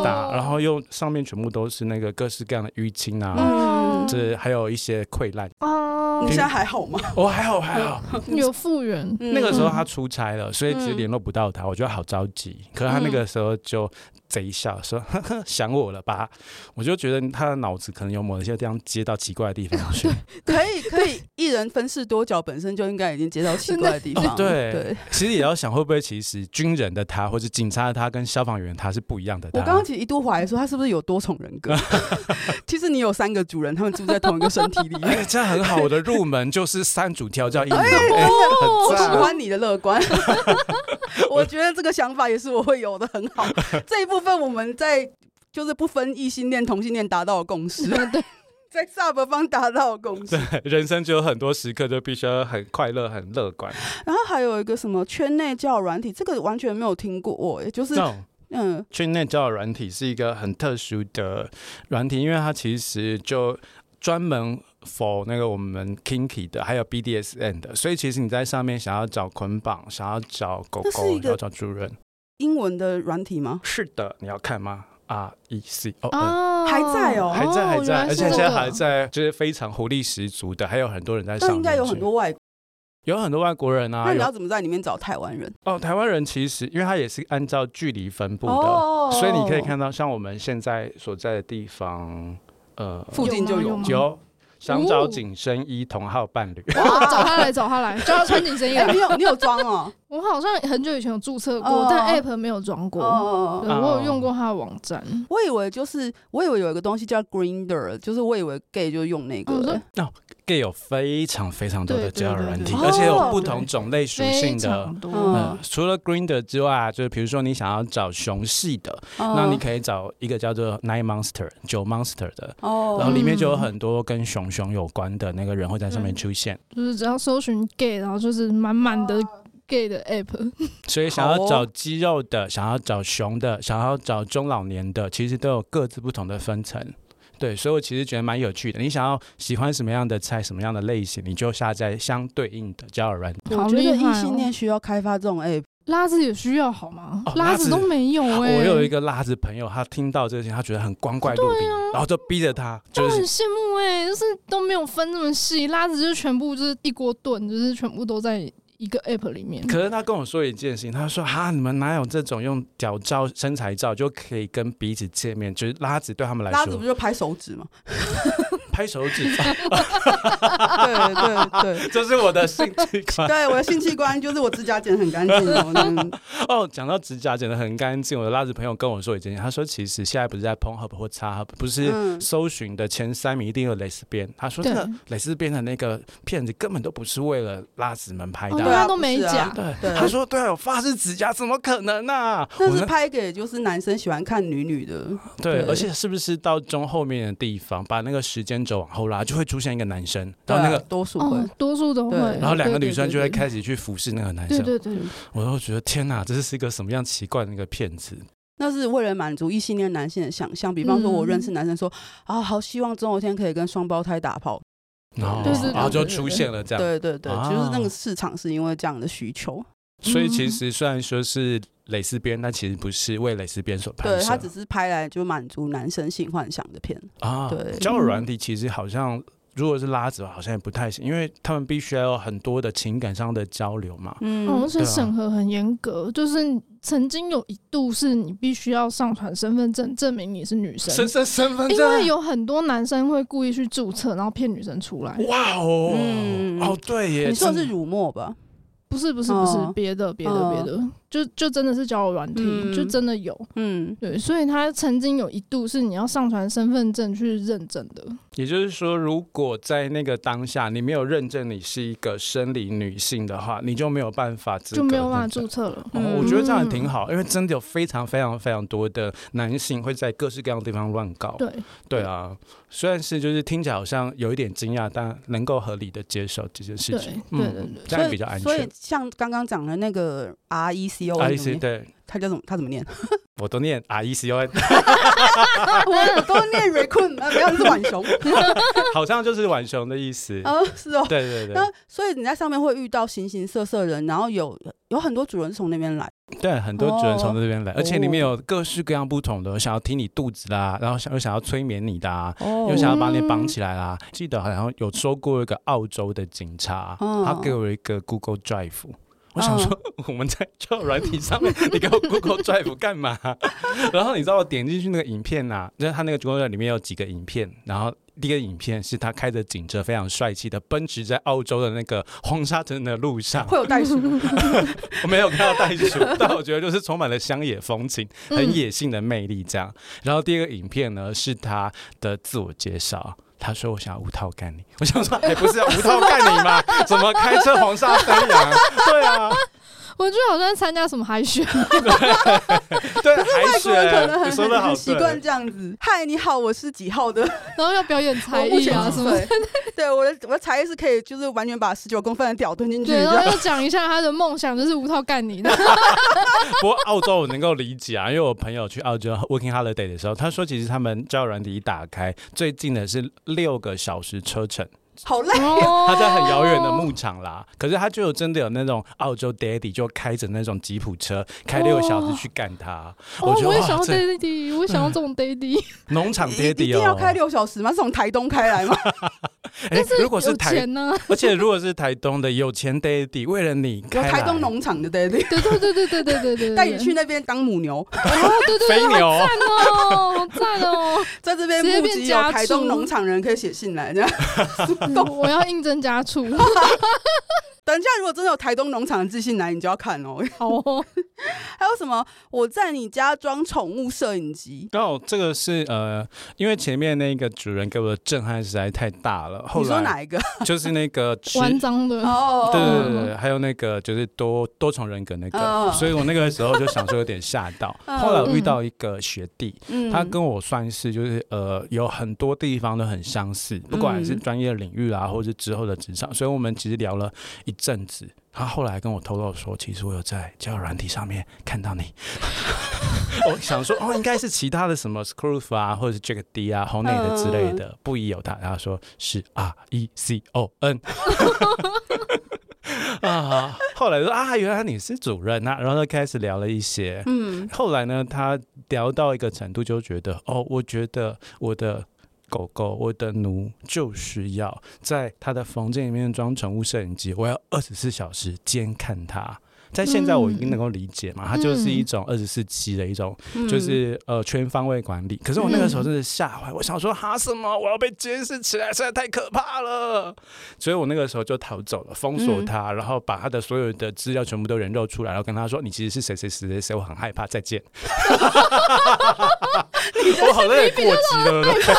S1: 很大，然后又上面全部都是那个各式各样的淤青啊，
S2: 嗯，
S1: 这、还有一些溃烂。
S3: 哦
S2: 你，现在还好吗？
S1: 哦，还好还好，
S3: 有复原，
S1: 那个时候
S3: 嗯
S1: 他出差了，所以其实联络不到他，我觉得好着急。可是他
S3: 嗯
S1: 那个时候就贼笑说：“ 呵呵，想我了吧？”我就觉得他的脑子可能有某些地方接到奇怪的地方去。
S2: 嗯可以可以，一人分饰多角，本身就应该已经接到奇怪的地方了。
S1: 对
S2: 对，
S1: 其实也要想，会不会其实军人的他，或者警察的他，跟消防员他是不一样的
S2: 我
S1: 他。
S2: 刚刚其实一度怀疑说他是不是有多重人格。 其实你有三个主人，他们住在同一个身体里
S1: 哎、
S3: 啊
S2: 面。
S1: 这样很好，我的入门就是三主调教一门，
S2: 哎
S1: 哎
S2: 我
S1: 很
S2: 喜
S1: 赞。
S2: 欢你的乐观， 我觉得这个想法也是我会有的，很好。这一部分我们在就是不分异性恋、同性恋达到的共识，
S3: 对，
S2: 在 sub 方达到的共识。
S1: 人生就有很多时刻就必须要很快乐、很乐观。
S2: 然后还有一个什么圈内教软体，这个完全没有听过，也就是
S1: 这种
S2: 嗯
S1: 去内教的软体是一个很特殊的软体，因为它其实就专门 for 那个我们 kinky 的，还有 BDSN 的，所以其实你在上面想要找捆绑，想要找狗
S2: 这是一
S1: 狗，
S2: 个
S1: 想要找主人，
S2: 英文的软体吗？
S1: 是的，你要看吗？R E C O N。
S3: 哦，
S2: 还在哦
S1: 还在，还在，
S3: 原来
S1: 而
S3: 是
S1: 且现在
S3: 这个
S1: 还在，就是非常活力十足的，还有很多人在上
S2: 那
S1: 面。
S2: 应该有很，多外国，
S1: 有很多外国人啊，
S2: 那你要
S1: 有
S2: 怎么在里面找台湾人？
S1: 哦，台湾人其实，因为他也是按照距离分布的，
S2: 哦
S1: 所以你可以看到，像我们现在所在的地方，呃，
S2: 附近就
S3: 有吗
S1: 有、想找紧身衣同号伴侣，
S2: 哦
S3: 哇，找他来，找他来，叫他穿紧身衣
S2: 哎、
S3: 来
S2: 你。有你有装 哦，
S3: 我好像很久以前有注册
S2: 哦
S3: 过，但 app 没有装过。对，
S2: 哦，
S3: 我有用过他的网站。
S2: 我以为就是我以为有一个东西叫 Grinder，就是我以为 gay 就用那
S3: 哦
S2: 个、
S3: 你说
S1: gay 有非常非常多的
S3: 对对
S1: 交友
S3: 对
S1: 软
S3: 对
S1: 体，
S2: 对
S1: 而且有
S2: 哦
S1: 不同种类属性
S3: 非
S1: 的。
S3: 常多。
S2: 嗯
S1: 嗯，除了 Green 的之外啊，就是比如说你想要找熊系的，
S2: 哦
S1: 那你可以找一个叫做 Nine Monster 九 Monster 的，然后
S2: 哦
S1: 里面就有很多跟熊熊有关的那个人会在上
S2: 嗯
S1: 面出现。
S3: 就是只要搜寻 gay，然后就是满满的
S2: 哦
S3: gay 的 app。
S1: 所以想要找肌肉的，想要找熊的，想要找中老年的，其实都有各自不同的分层。对，所以我其实觉得蛮有趣的。你想要喜欢什么样的菜，什么样的类型，你就下载相对应的交友软件。
S2: 我
S3: 好
S2: 觉
S3: 厉
S2: 得
S3: 害
S2: 异
S3: 哦
S2: 性恋需要开发这种哎 app，
S3: 拉子也需要好吗
S1: 哦？
S3: 拉子
S1: 拉
S3: 都
S1: 子
S3: 没有哎、
S1: 我有一个拉子朋友，他听到这些，他觉得很光怪陆离，
S2: 啊
S1: 然后就逼着他，就
S3: 我很
S1: 是
S3: 羡慕哎、就是都没有分那么细，拉子就是全部就是一锅炖，就是全部都在一个 app 里面。
S1: 可是他跟我说一件事情，他说：“哈，你们哪有这种用脚照、身材照就可以跟彼此见面？就是拉子对他们来
S2: 拉子
S1: 说
S2: 不，就拍手指 吗？
S1: 拍手指，
S2: 对对对。
S1: 这是我的兴趣观。
S2: 对，我的性器官就是我指甲剪得很干净哦，嗯
S1: 哦，讲到指甲剪得很干净，我的拉子朋友跟我说一件事，他说其实现在不是在 Pornhub 或 x Hub，不是
S2: 嗯
S1: 搜寻的前三名一定有蕾丝边。他说这
S3: 对
S1: 个蕾丝边的那个片子根本都不是为了拉子们拍
S3: 哦，
S1: 的
S3: 因
S2: 对
S3: 为
S1: 啊、
S2: 啊
S3: 他都美
S2: 不是
S3: 甲
S2: 啊，
S1: 对，
S2: 对
S1: 他说对啊，我发是指甲，怎么可能呢、 啊？我
S2: 那是
S1: 那
S2: 拍给就是男生喜欢看女女的，
S1: 对，
S2: 对
S1: 而且是不是到中后面的地方，把那个时间轴往后拉，就会出现一个男生，然后那
S2: 对啊
S1: 个。
S2: 多数会
S3: 哦，多数都会
S2: 对。
S1: 然后两个
S3: 对
S1: 女生就会。
S3: 对
S1: 开始去服侍那个男
S3: 对
S1: 生，
S3: 对对，对
S1: 我都觉得天哪，这是一个什么样奇怪的一个骗子？
S2: 那是为了满足异性恋
S3: 嗯
S2: 男性的想象，比方说，我认识男生说、啊，好希望总有一天可以跟双胞胎打炮，
S1: 然后
S3: 对对对
S1: 然后就
S3: 对对
S1: 出现了这样。
S2: 对对对，
S1: 啊
S2: 就是那个市场是因为这样的需求，
S1: 所以
S3: 嗯
S1: 其实虽然说是蕾丝边，但其实不是为蕾丝边所拍摄。
S2: 对他只是拍来就满足男生性幻想的片。
S1: 啊，
S3: 嗯
S2: 对
S1: 交友软体其实好像。如果是拉子，好像也不太行，因为他们必须要有很多的情感上的交流嘛。
S3: 哦，
S1: 对
S2: 嗯，
S3: 而且
S1: 啊
S3: 审核很严格，就是曾经有一度是你必须要上传身份证证明你是女生，
S1: 身身身份啊
S3: 因为
S1: 证，
S3: 有很多男生会故意去注册，然后骗女生出来。
S1: 哇哦，
S2: 嗯
S1: 哦对耶，
S2: 你说的
S1: 真
S2: 是辱没吧？
S3: 不是不是不是
S2: 哦，
S3: 别的别的
S2: 哦
S3: 别的，就就真的是交友软体，
S2: 嗯
S3: 就真的有。
S2: 嗯，
S3: 对，所以他曾经有一度是你要上传身份证去认证的，
S1: 也就是说，如果在那个当下你没有认证你是一个生理女性的话，你就没有办法资格
S3: 就没有办法
S1: 认证
S3: 注册了。
S2: 嗯
S1: 哦，我觉得这样也挺好，因为真的有非常非常非常多的男性会在各式各样的地方乱搞。
S3: 对，
S1: 对啊，虽然是就是听起来好像有一点惊讶，但能够合理的接受这件事情，嗯
S3: 对对对对
S1: 这样也比较安
S2: 所以
S1: 全。
S2: 像刚刚讲的那个 R E C O，
S1: I C 对，
S2: 他叫怎么？他怎么念？
S1: 我都念 I C O N，
S2: 啊 我都念 Recon，啊没有，是 浣熊。
S1: 好像就是浣熊的意思。
S2: 哦，是哦。
S1: 对对对
S2: 那，所以你在上面会遇到形形色色的人，然后有有很多主人是从那边来，
S1: 对，很多主人从
S2: 哦
S1: 这边来，而且里面有各式各样不同的，想要踢你肚子啦，然后想又想要催眠你的、啊，
S2: 哦
S1: 又想要把你绑起来啦。记得好像有收过一个澳洲的警察，
S2: 嗯
S1: 他给我一个 Google Drive。我想说， 我们在交友软体上面，你给我 Google Drive 干嘛？ 然后你知道我点进去那个影片呐、就是他那个 Google Drive 里面有几个影片，然后第一个影片是他开着警车非常帅气的奔驰在澳洲的那个黄沙城的路上，
S2: 会有 袋鼠，
S1: 我没有看到袋鼠， 但我觉得就是充满了乡野风情，
S2: 嗯
S3: 嗯
S1: 很野性的魅力这样。然后第二个影片呢是他的自我介绍。他说：“我想要无套干你。”我想说：“哎、不是要无套干你吗？怎么开车黄沙飞扬？对啊，
S3: 我就好像参加什么海选，
S1: 对，啊
S2: 外
S1: 海
S2: 国人可
S1: 选，
S2: 能
S1: 你说的
S2: 很
S1: 好
S2: 很习惯
S1: 对。
S2: 这样子。嗨，你好，我是几号的？
S3: 然后要表演才艺啊什么的，
S2: 对，对，我的我 的才艺是可以，就是完全把十九公分的屌吞进去
S3: 对，然
S2: 的。
S3: 后又讲一下他的梦想就是无套干你的，
S1: 不过澳洲我能够理解啊，因为我朋友去澳洲 working holiday 的时候，他说其实他们交友软体一打开，最近的是六个小时车程，
S2: 好累，
S1: 他
S3: 他
S1: 在很遥远的
S3: 哦
S1: 牧场啦，可是他就有真的有那种澳洲 daddy 就开着那种吉普车开六个小时去干他，
S3: 哦，
S1: 觉
S3: 我
S1: 得
S3: 也
S1: 哇，
S3: 想要
S1: 这
S3: daddy，我也想要这种 daddy，
S1: 农场
S2: 啊一一定
S1: daddy
S2: 要开
S1: 哦，
S2: 六小时吗？是从台东开来吗？
S1: 哎，如果是
S3: 有
S1: 台，
S3: 钱啊呢、
S1: 而且如果是台东的有钱 daddy，为了你
S2: 有
S1: 开来
S2: 台东农场的 daddy
S3: 对对对对对对对对，啊
S2: 带你去那边当母牛，
S3: 对对对，
S1: 飞牛，
S3: 哦，好赞哦！
S2: 在这边
S3: 直接
S2: 募
S3: 变
S2: 集有
S3: 家
S2: 台东
S3: 畜
S2: 农场人可以写信来，这样。
S3: 嗯我要应征家畜，
S2: 等一下，如果真的有台东农场的寄信来，你就要看哦。
S3: 好哦，
S2: 还有什么？我在你家装宠物摄影机。
S1: 然后这个是呃，因为前面那个主人给我的震撼实在太大了，后
S2: 你说
S1: 来
S2: 哪一 个？
S1: 就是那个 吃
S3: 玩脏的，
S2: 哦
S1: 对对对对，还有那个就是多多重人格那个，
S2: 嗯
S1: 所以我那个时候就想说有点吓到。
S2: 嗯
S1: 后来我遇到一个学弟，
S2: 嗯
S1: 他跟我算是就是呃有很多地方都很相似，不管是专业领域啊，或是之后的职场，所以我们其实聊了一阵子。他后来跟我透露说，其实我有在交友软体上面看到你。我想说，哦，应该是其他的什么 Scroof 啊，或者是 Jack D 啊、h o n e y 的之类的，不疑有他。他说是 R E C O N。啊，后来说啊，原来你是主任啊，然后就开始聊了一些，
S2: 嗯
S1: 后来呢，他聊到一个程度，就觉得哦，我觉得我的狗狗，我的奴就是要在它的房间里面装宠物摄影机，我要二十四小时监看它。在现在我已经能够理解嘛，它就是一种二十四期的一种，
S2: 嗯
S1: 就是呃全方位管理。可是我那个时候真的吓坏，我想说哈什么，我要被监视起来，实在太可怕了。所以我那个时候就逃走了，封锁他，然后把他的所有的资料全部都人肉出来，然后跟他说：“你其实是谁谁谁谁谁，我很害怕，再见。”我好像也过激了，对不对？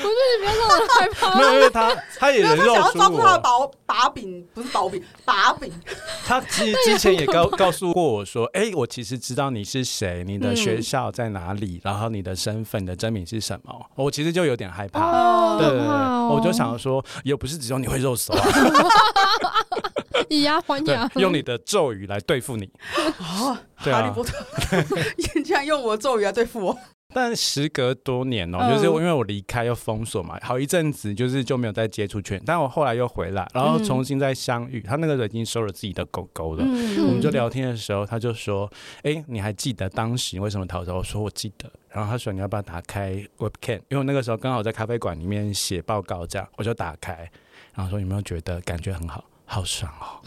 S3: 我觉得你不要让人害怕
S1: 没。有，因为他他也
S2: 没有，
S1: 人
S2: 他
S1: 肉
S2: 想要
S1: 出
S2: 抓住他的
S1: 我，
S2: 把把柄，不是把柄，把柄。
S1: 他其实之前也告告诉过我说：“哎，我其实知道你是谁，你的学校在哪里，然后你的身份、你的真名是什么。”我其实就有点害怕。
S3: 哦，
S1: 对
S3: 好
S1: 对
S3: 可
S1: 对，
S3: 怕哦！
S1: 我就想说，也不是只有你 会肉搜啊，
S3: 以牙还
S1: 对
S3: 牙，，
S1: 用你的咒语来对付你。
S2: 哦，
S1: 对啊
S2: 哈利波特，竟然用我的咒语来对付我。
S1: 但时隔多年哦、
S3: 嗯
S1: 就是我因为我离开又封锁嘛，好一阵子就是就没有再接触圈，但我后来又回来，然
S3: 嗯
S1: 后重新再相遇。他那个人已经收了自己的狗狗了。
S2: 嗯
S1: 啊我们就聊天的时候，他就说：“哎、你还记得当时你为什么逃走？”我说：“我记得。”然后他说：“你要不要打开 webcam？” 因为我那个时候刚好在咖啡馆里面写报告，这样我就打开，然后说：“有没有觉得感觉很好？”好爽哦！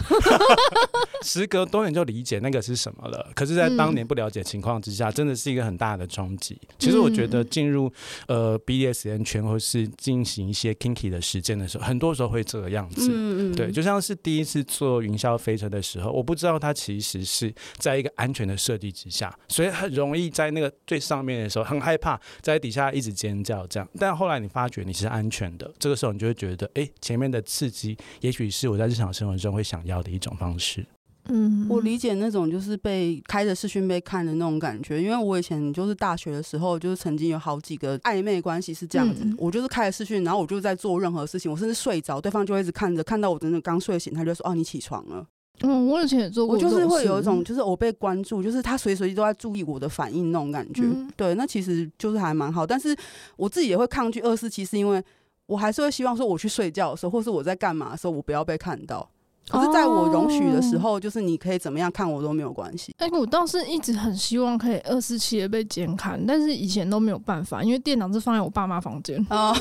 S1: 时隔多年就理解那个是什么了，可是，在当年不了解情况之下，真的是一个很大的冲击。其实我觉得进入呃 BDSN 圈或是进行一些 kinky 的实践的时候，很多时候会这个样子。
S2: 嗯
S1: 对，就像是第一次坐云霄飞车的时候，我不知道它其实是在一个安全的设计之下，所以很容易在那个最上面的时候很害怕，在底下一直尖叫这样。但后来你发觉你是安全的，这个时候你就会觉得，哎，前面的刺激也许是我在日常生活中会想要的一种方式。
S3: 嗯
S2: 我理解那种就是被开着视讯被看的那种感觉，因为我以前就是大学的时候，就是曾经有好几个暧昧关系是这样子，
S3: 嗯
S2: 我就是开着视讯，然后我就在做任何事情，我甚至睡着，对方就会一直看着，看到我真的刚睡醒，他就说：“哦，你起床了。”
S3: 嗯，我以前也做过
S2: 我
S3: 这
S2: 就
S3: 事，
S2: 是会有一种，就是嗯我被关注，就是他随时随地都在注意我的反应那种感觉。
S3: 嗯
S2: 对，那其实就是还蛮好，但是我自己也会抗拒二四七，是因为我还是会希望说我去睡觉的时候，或是我在干嘛的时候，我不要被看到。可是在我容许的时候，就是你可以怎么样看我都没有关系。
S3: 哎、我倒是一直很希望可以二十七的被监看，但是以前都没有办法，因为电脑是放在我爸妈房 间。
S2: 啊、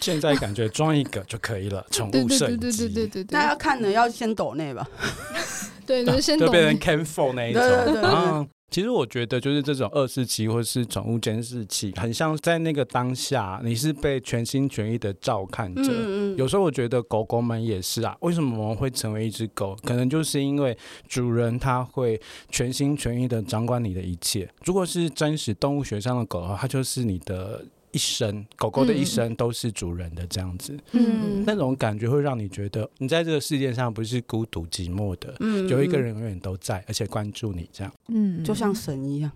S1: 现在感觉装一个就可以了，宠
S3: 对
S1: 物
S3: 对
S1: 摄
S3: 对
S1: 影
S3: 对
S1: 机
S3: 对对对对
S2: 那，要看的要先抖内吧。
S3: 对对先
S1: 就
S3: 懂
S1: 变成 cam phone 那一种。
S2: 对对对对对
S1: 啊其实我觉得就是这种二四七或是宠物监视器，很像在那个当下，你是被全心全意的照看着。
S2: 嗯
S1: 有时候我觉得狗狗们也是啊，为什么我们会成为一只狗？可能就是因为主人他会全心全意的掌管你的一切。如果是真实动物学上的狗的话，它就是你的一生，狗狗的一生都是主人的这样子。
S3: 嗯
S1: 那种感觉会让你觉得嗯你在这个世界上不是孤独寂寞的，
S2: 嗯
S1: 有一个人永远都在，而且关注你这样。
S3: 嗯，
S2: 就像神一样，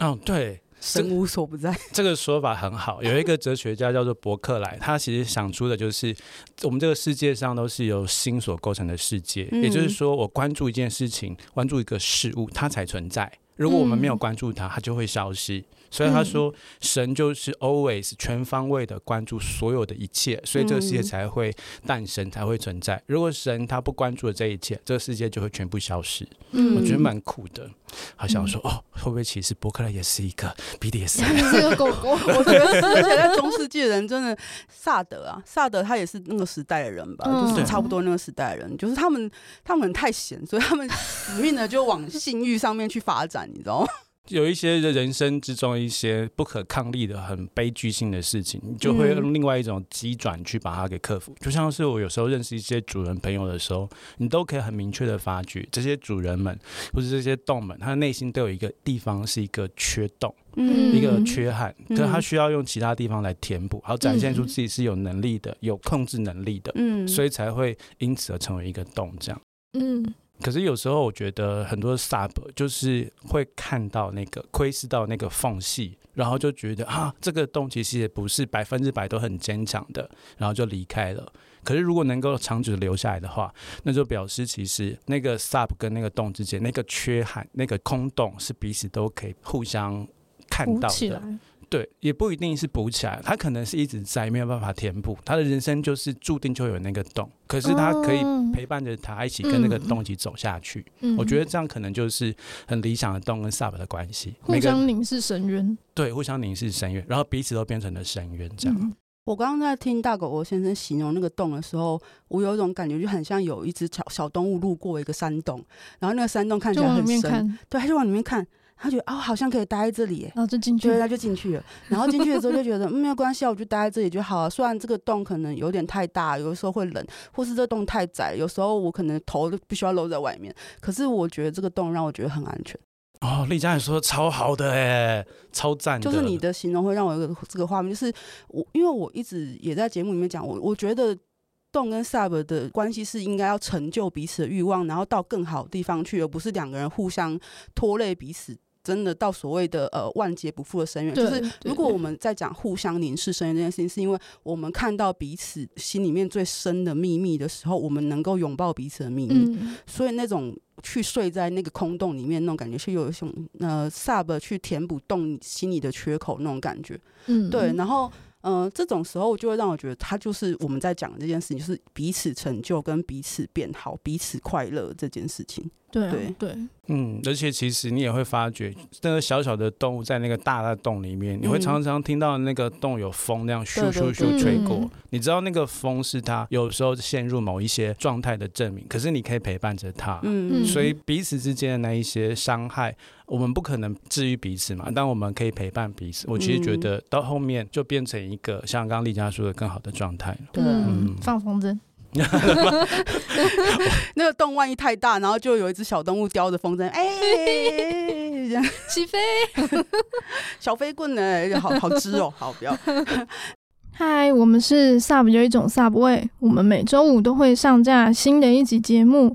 S1: 哦，对，
S2: 神无所不在。
S1: 这个说法很好。有一个哲学家叫做伯克莱，他其实想出的就是，我们这个世界上都是由心所构成的世界，
S2: 嗯
S1: 也就是说，我关注一件事情，关注一个事物，它才存在。如果我们没有
S3: 嗯
S1: 关注它，它就会消失。所以他说，神就是 always 全方位的关注所有的一切，所以这个世界
S2: 嗯
S1: 才会诞生，才会存在。如果神他不关注这一切，这个世界就会全部消失。
S3: 嗯
S1: 我觉得 蛮酷的，好想说、哦，会不会其实伯克莱也是一个 BDS？
S3: 你是个狗狗，
S2: 我觉得是，而且在中世纪的人真的，萨德啊，萨德他也是那个时代的人吧，
S3: 嗯
S2: 就是差不多那个时代的人，就是他们他们太闲，所以他们死命的就往性欲上面去发展，你知道吗？
S1: 有一些人生之中一些不可抗力的、很悲剧性的事情，你就会
S3: 嗯
S1: 用另外一种机转去把它给克服。就像是我有时候认识一些主人朋友的时候，你都可以很明确的发觉，这些主人们或是这些动物们，他的内心都有一个地方是一个缺洞。
S3: 嗯
S1: 一个缺憾，
S2: 嗯
S1: 可是他需要用其他地方来填补，然后展现
S3: 嗯
S1: 出自己是有能力的、有控制能力的，
S2: 嗯
S1: 所以才会因此而成为一个洞这样。
S3: 嗯
S1: 可是有时候我觉得很多 sub 就是会看到那个窥视到那个缝隙，然后就觉得啊，这个洞其实也不是百分之百都很坚强的，然后就离开了。可是如果能够长久的留下来的话，那就表示其实那个 sub 跟那个洞之间那个缺憾、那个空洞是彼此都可以互相看
S3: 鼓
S1: 到
S3: 起来
S1: 的。，对，也不一定是补起来，他可能是一直在没有办法填补，他的人生就是注定就有那个洞，可是他可以
S3: 嗯
S1: 陪伴着他一起跟那
S2: 嗯
S1: 个洞一起走下去。
S3: 嗯
S1: 我觉得这样可能就是很理想的洞跟 sub 的关系，
S3: 互
S1: 每个人
S3: 相凝视深渊，
S1: 对互相凝视深渊，然后彼此都变成了深渊这样。
S3: 嗯
S2: 我刚刚在听大狗狗先生形容那个洞的时候，我有一种感觉，就很像有一只小小动物路过一个山洞，然后那个山洞看起
S3: 就
S2: 来
S3: 往里
S2: 很
S3: 面
S2: 深，
S3: 看，然
S2: 对，他就往里面看，他觉得哦，好像可以待在这里耶，
S3: 后就 进去
S2: 所以。他就进去了。然后进去的时候就觉得，嗯，没有关系啊，我就待在这里就好了。虽然这个洞可能有点太大，有的时候会冷，或是这洞太窄，有时候我可能头都必须要露在外面。可是我觉得这个洞让我觉得很安全，
S1: 哦，丽佳也说得超好的哎，超赞的，
S2: 就是你的形容会让我有个这个画面，就是我因为我一直也在节目里面讲，我我觉得。洞跟 sub 的关系是应该要成就彼此的欲望，然后到更好的地方去，而不是两个人互相拖累彼此真的到所谓的呃万劫不复的深渊。就
S3: 对
S2: 是
S3: 对
S2: 如果我们在讲互相凝视深渊这件事情，是因为我们看到彼此心里面最深的秘密的时候，我们能够拥抱彼此的秘密。
S3: 嗯，
S2: 所以那种去睡在那个空洞里面那种感觉，是有一种呃 sub 去填补洞你心里的缺口那种感觉。
S3: 嗯，
S2: 对，然后嗯、呃这种时候就会让我觉得，他就是我们在讲的这件事情，就是彼此成就跟彼此变好、彼此快乐这件事情。
S3: 对啊
S2: 对
S3: 对，
S1: 嗯，而且其实你也会发觉，那个小小的动物在那个大大洞里面，你会
S2: 嗯
S1: 常常听到那个洞有风那样咻
S2: 对
S1: 咻
S2: 对
S1: 咻
S3: 对
S1: 吹过。
S3: 嗯
S1: 你知道那个风是它有时候陷入某一些状态的证明，可是你可以陪伴着它。
S2: 嗯，
S3: 嗯
S1: 啊所以彼此之间的那一些伤害，我们不可能治愈彼此嘛，但我们可以陪伴彼此。我其实觉得到后面就变成一个像刚刚丽佳说的更好的状态了。
S2: 对
S3: 嗯
S1: 嗯，
S3: 放风筝，
S2: 那个洞万一太大，然后就有一只小动物叼着风筝，哎、这样
S3: 起飞。
S2: 小飞棍呢、好好吃哦，好不要。
S3: 嗨，我们是 Sub 有一种 Subway，我们每周五都会上架新的一集节目。